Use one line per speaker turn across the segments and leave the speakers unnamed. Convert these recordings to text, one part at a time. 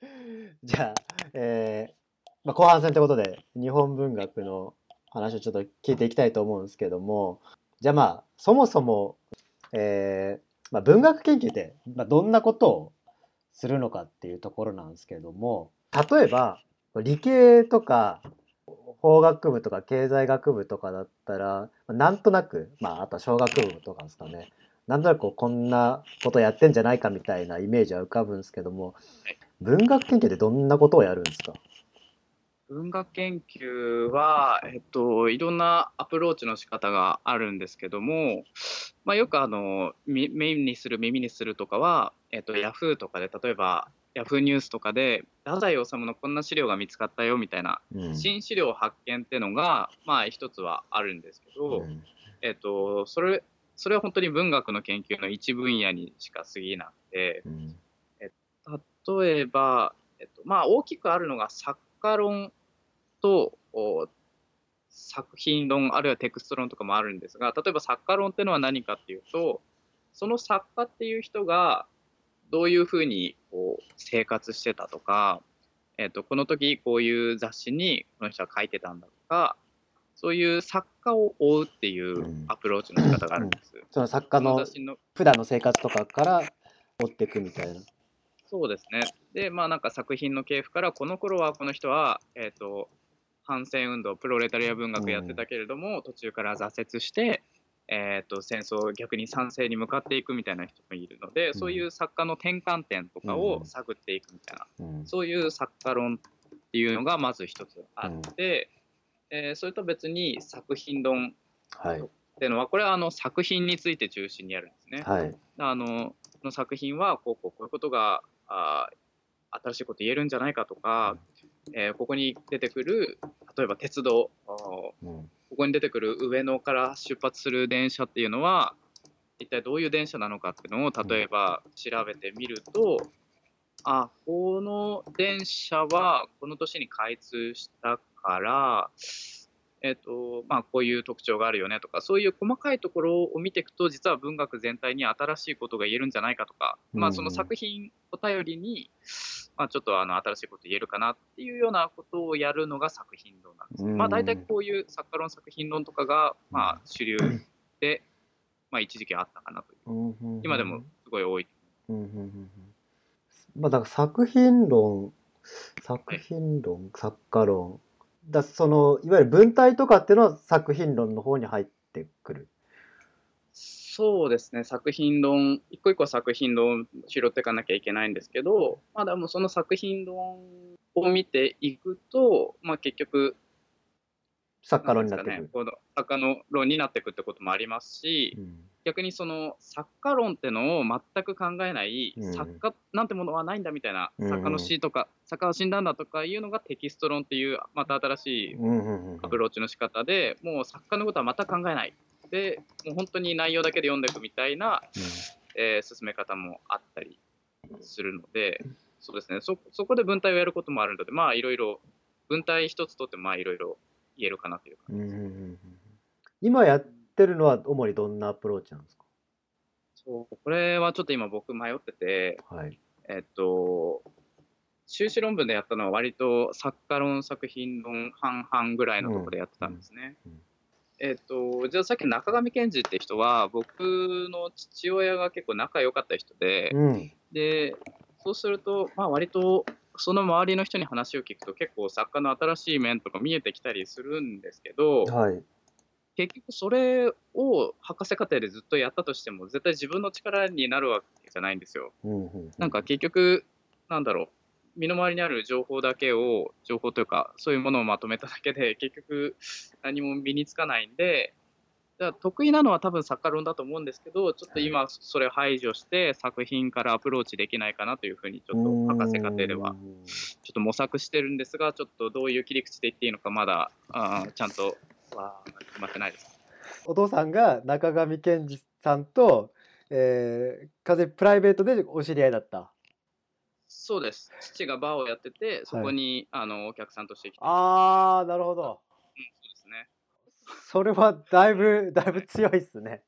じゃあ、えーまあ、後半戦ということで、日本文学の話をちょっと聞いていきたいと思うんですけども、じゃあまあ、そもそも、えーまあ、文学研究って、まあ、どんなことをするのかっていうところなんですけども、例えば、理系とか、法学部とか経済学部とかだったら、まあなんとなく、まあ、あとは小学部とかですかね、なんとなくこうこんなことやってんじゃないかみたいなイメージは浮かぶんですけども、文学研究ってどんなことをやるんですか
文学研究は、えっと、いろんなアプローチの仕方があるんですけども、まあ、よくあのみ目にする耳にするとかは、えっと、ヤフーとかで例えばヤフーニュースとかで太宰治のこんな資料が見つかったよみたいな
うん
新資料発見ってのが、まあ、一つはあるんですけ
う
ど、
ん
えっと、それそれは本当に文学の研究の一分野にしか過ぎなくて。
うん
例えば、えっとまあ、大きくあるのが作家論とお作品論あるいはテクスト論とかもあるんですが例えば作家論っていうのは何かっていうとその作家っていう人がどういうふうにこう生活してたとか、えっとこの時こういう雑誌にこの人は書いてたんだとかそういう作家を追うっていうアプローチの仕方があるんです。
その作家
その
の
雑誌の
普段の生活とかから追っていくみたいな。
そうですね。で、まあなんか作品の系譜から、この頃はこの人は、えっ、と、反戦運動、プロレタリア文学やってたけれども、途中から挫折して、えっ、と、戦争、逆に賛成に向かっていくみたいな人もいるので、そういう作家の転換点とかを探っていくみたいな、
うん
そういう作家論っていうのがまず一つあって、えーそれと別に作品論
はい
っていうのは、これはあの作品について中心にやるんですね。
はい
あのこの作品はこうこうこういうことがあー新しいこと言えるんじゃないかとか、えーここに出てくる例えば鉄道あーこ
うん
こに出てくる上野から出発する電車っていうのは一体どういう電車なのかっていうのを例えば調べてみると、あこの電車はこの年に開通したから、えっとまあ、こういう特徴があるよねとかそういう細かいところを見ていくと実は文学全体に新しいことが言えるんじゃないかとか、ま
う
あ、
ん
その作品を頼りに、まあ、ちょっとあの新しいこと言えるかなっていうようなことをやるのが作品論なんです、
うん
まあ、大体こういう作家論作品論とかが、まあ、主流で、まあ、一時期あったかなという
うんうん
今でもすごい多い
うんうんうんうんまあだから作品論作品論作家論だそのいわゆる文体とかっていうのは作品論の方に入ってくる。
そうですね作品論一個一個作品論を拾っていかなきゃいけないんですけどまあでもその作品論を見ていくと、まあ、結局
作家論に
な
なんっ
で
て
す
く
か
る。
ねこの作家の論になっていくってこともありますし逆にその作家論ってのを全く考えない、
うん
作家なんてものはないんだみたいな、
うん
作家の死とか作家は死んだんだとかいうのがテキスト論っていうまた新しい
うんうんうんうん
アプローチの仕方でもう作家のことは全く考えないでもう本当に内容だけで読んでいくみたいな、えー進め方もあったりするのでそうですねそそこで文体をやることもあるのでまあいろいろ文体一つとってもまあいろいろ言えるかなというか
うんうんうんうん今やってるのは主にどんなアプローチなんです
そうこれはちょっと今僕迷ってて
かはい。
えっと修士論文でやったのは割と作家論作品論半々ぐらいのところでやってたんですね。
うんうん
えっとじゃあさっき中上健二って人は僕の父親が結構仲良かった人で、
うん
でそうすると、まあ、割とその周りの人に話を聞くと結構作家の新しい面とか見えてきたりするんですけど、
はい。
結局それを博士課程でずっとやったとしても絶対自分の力になるわけじゃないんですよ。
うんうんうん
なんか結局、なんだろう、身の回りにある情報だけを、情報というか、そういうものをまとめただけで、結局、何も身につかないんで、だから得意なのは多分作家論だと思うんですけど、ちょっと今、それを排除して、作品からアプローチできないかなというふうに、ちょっと博士課程では、ちょっと模索してるんですが、ちょっとどういう切り口で言っていいのか、まだ、あーちゃんとは決まってないです。
お父さんが中上健二さんと、えー、風プライベートでお知り合いだった
そうです。父がバーをやってて、そこに、あのお客さんとして来て、そう
あーなるほど
ですね。
それはだい ぶだいぶ強いっすね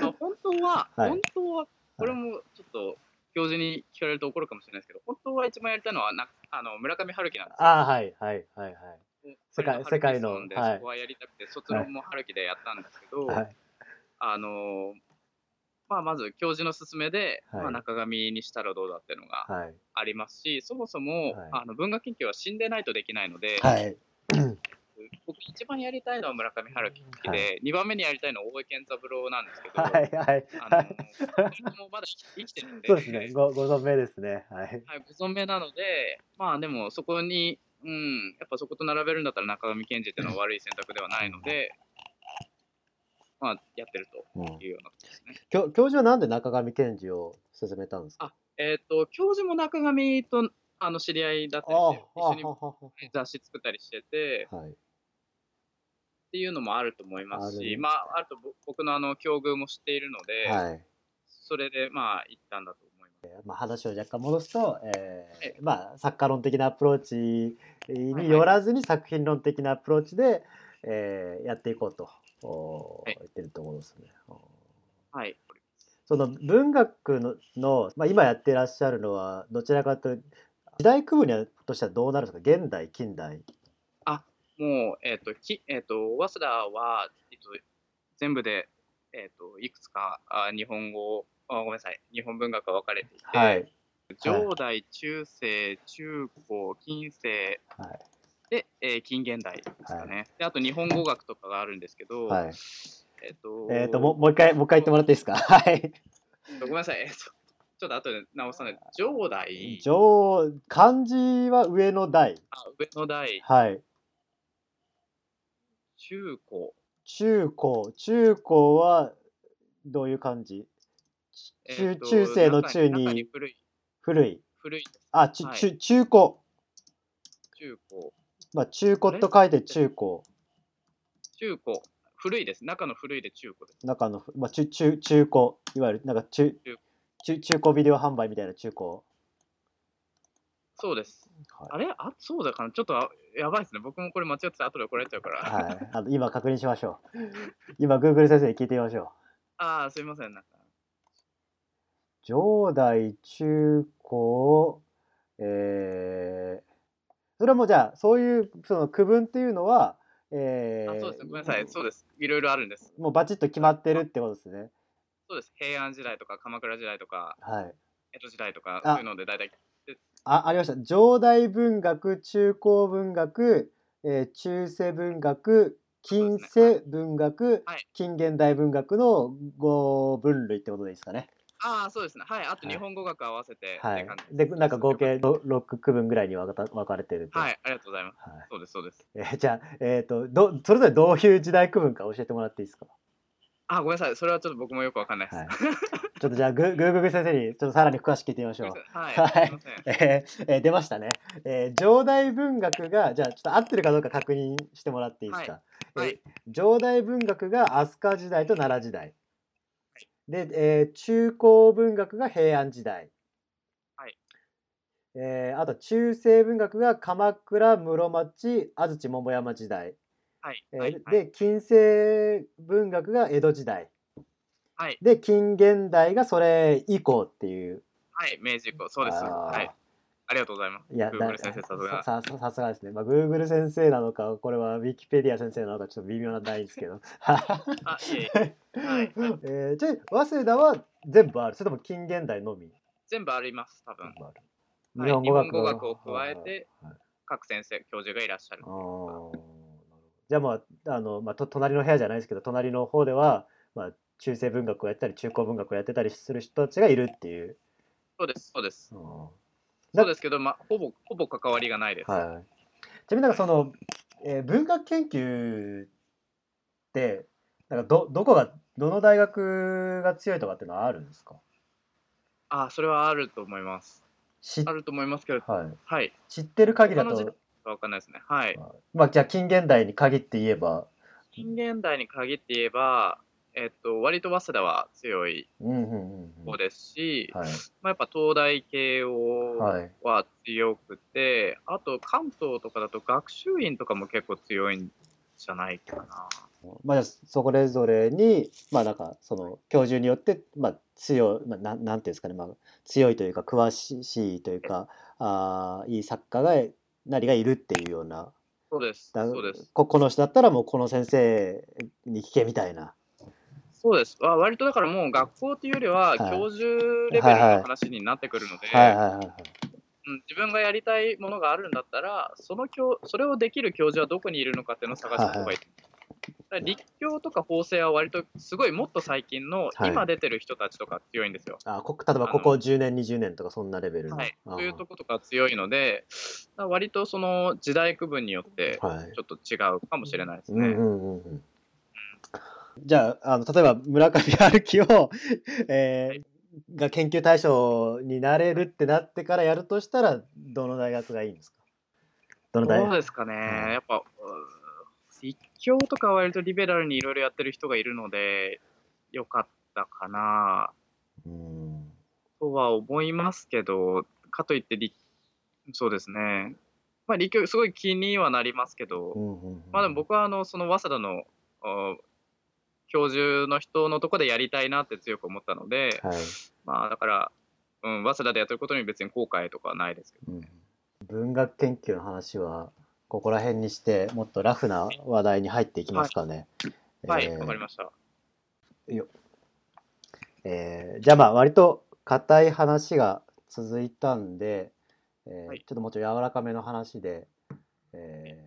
まあ本当は、
はい
本当は、これもちょっと教授に聞かれると怒るかもしれないですけど、本当は一番やりたいのはなあの村上春樹なんですよ
ああ、はい、はい、はい、はい。世界世界の
彼春樹さんで
はい
そこはやりたくて、卒論も春樹でやったんですけど、
はい
あのまあ、まず教授の勧めで、
はい
まあ、中上にしたらどうだっていうのが
はい。
ありますし、そもそも、
はい
あの文学研究は死んでないとできないので、
はい。
僕一番やりたいのは村上春樹で、
は
2番目にやりたいのは大江健三郎なんですけど、
はい、はい。
あのこれもまだ生きてるんで、
そうですね。ご、ご存命ですね。はい。
はい、ご存命なので、まあでもそこに、うん、やっぱそこと並べるんだったら中上健治っていうのは悪い選択ではないので、まあやってる
うん
というようなことですね。
教教授はなんで中上健治を勧めたんですか
えっ、と、教授も中上とあの知り合いだったりして、
あ
一緒に雑誌作ったりしてて、
あはい。
っていうのもあると思います
あ
し、
る
まあ、あとぼ僕のあの境遇も知っているので、
はい。
それでまあ行ったんだと思います。
まあ、話を若干戻すと、え
え
ーまあ、作家論的なアプローチによらずに作品論的なアプローチで、えーやっていこうとおー
はい
言ってるところですね。おー
はい。
その文学のの、まあ、今やってらっしゃるのはどちらかというと時代区分にはとしてはどうなるんですか現代近代
もう、えっ、と、きえっ、と、早稲田は、えっと、全部で、えっ、と、いくつか、あ日本語、あごめんなさい、日本文学が分かれていて、
はい、
上代、中世、中高、近世、
はい
で、えー近現代ですかね、で。あと日本語学とかがあるんですけど、
はい、
えっ、と、
えっ、ともうもう一回もう一回言ってもらっていいですか はい
ごめんなさい、えっ、と、ちょっと後で直さない。上代、
上漢字は上の代
あ上の代、
はい
中高、
中高中高はどういう漢字
え
中
っと
中世の中
中中
に
古い、
古い
古いです、
あち、
はい
中中古
中高。
まあ中古と書いて中古
中古、古いです。中の古いで中古です。
中の、まあ、中中中古いわゆるなんか中
中
中中古ビデオ販売みたいな中古
そうです。あ
は
れあ、そうだかなちょっとあやばいですね。僕もこれ間違ってたら後で怒られちゃうから。
い、はい、あの今確認しましょう今 Google 先生に聞いてみましょう
ああ、すいません。なんか
上代中高えー、それはもうじゃあそういうその区分っていうのはえー
あそうですね。ごめんなさい。そうです。いろいろあるんです。
もうバチッと決まってるってことですね
そうです。平安時代とか鎌倉時代とか
はい
江戸時代とか
あ
そういうので大体。
あありました上代文学中高文学、えー中世文学近世文学、
はい
近現代文学の5分類ってことでいいですかね
ああ、そうですね。はい。あと
はい
日本語学合わせて、
はい
って感じ
でなんか合。
よ
計6区分ぐらいに分かた分かれてる
た
と
はい。ありがとうございます。
はい
そうです、そうです。
えーじゃあ、えっ、と、ど、それぞれどういう時代区分か教えてもらっていいですか。
あーごめんなさい。それはちょっと僕もよくわかんないです。
はい。 ちょっとじゃあ、グーグーグー先生に、ちょっとさらに詳しく聞いてみまし
ご
ょう
め。
ん
なさい
は
はいい。すいません。
えーえー出ましたね。えー上代文学が、じゃあ、ちょっと合ってるかどうか確認してもらっていいですか。
はいはい
えー上代文学が飛鳥時代と奈良時代。で、えー中高文学が平安時代。
はい。
えーあと中世文学が鎌倉室町安土桃山時代、
はい。
えー
はい。はい
で近世文学が江戸時代、
はい
で近現代がそれ以降っていう
はい。明治以降。そうです。
あー
はい。ありがとうございます。
いや
Google 先生さすが
さささすがですね、まあ、Google 先生なのかこれは Wikipedia 先生なのかちょっと微妙なんですけど
あ、いえいえ。 はいはい
えー、じゃあ早稲田は全部あるそれとも近現代のみ
全部あります、多分
全。部ある、
はい、日本語
は
学を加えて
はい、
各先生、教授がいらっしゃる
あ。ーなるほどじゃあまああの、まあ、と隣の部屋じゃないですけど隣の方では、まあ、中世文学をやったり中高文学をやってたりする人たちがいるっていう。
そうです、そうです。
うんだ
そうですけど、まあ、ほぼ、ほぼ関わりがないです。
はい、ちなみになんかその、えー文学研究ってなんかどどこがどの大学が強いとかっていうのはあるんですか
あ、それはあると思います。
知,、
あ
は
ると思いますけど、
い、
はい。
知ってる限りだ
他の
と、
わかんないですね。はい。
まあ、じゃあ近現代に限って言えば、
近現代に限って言えば、えっと、割と早稲田は強い
うんうんうんうん
方ですし、
はい
まあ、やっぱ東大慶応
はい、
は強くて、あと関東とかだと学習院とかも結構強いんじゃないかな。
まあ、じゃあそれぞれに、まあ、なんかその教授によって、まあ、強い、まあ、なんなんていうんですかね、まあ、強いというか詳しいというかあーいい作家がなりがいるっていうような
そうです。
だ
そうです。
ここの人だったらもうこの先生に聞けみたいな。
そうです。わ割とだからもう学校というよりは、
い
教授レベルの話になってくるので、
はいはいはいはい。
うん自分がやりたいものがあるんだったら、その教それをできる教授はどこにいるのかっていうのを探した方がいい。だから立教とか法制は割とすごいもっと最近の
はい
今出てる人たちとか強いんですよ。
あこ例えばここ10年20年とかそんなレベルの。
はい、
あー
というとことか強いので、だから割とその時代区分によって
はい
ちょっと違うかもしれないです
うんう
ね。
んうんうんじゃああの例えば村上春樹を、 えーが研究対象になれるってなってからやるとしたらどの大学がいいんですかどの大
どう
学
ですかね、
はい
やっぱ、うん立教とかは割とリベラルにいろいろやってる人がいるので、よかったかな
うん
とは思いますけど、かといって立、そうですね、まあ、立教、すごい気にはなりますけど、
うんうんうん
まあでも僕はあのその早稲田のあ教授の人のとこでやりたいなって強く思ったので、
はい
まあだから、うん、早稲田でやってることに別に後悔とかはないですけど。
うん文学研究の話はここら辺にしてもっとラフな話題に入っていきますかね。
はい、
え
わ、
ー
かりました。
えーじゃあまあ割と硬い話が続いたんで、えー
はい
ちょっともうちょい柔らかめの話で、え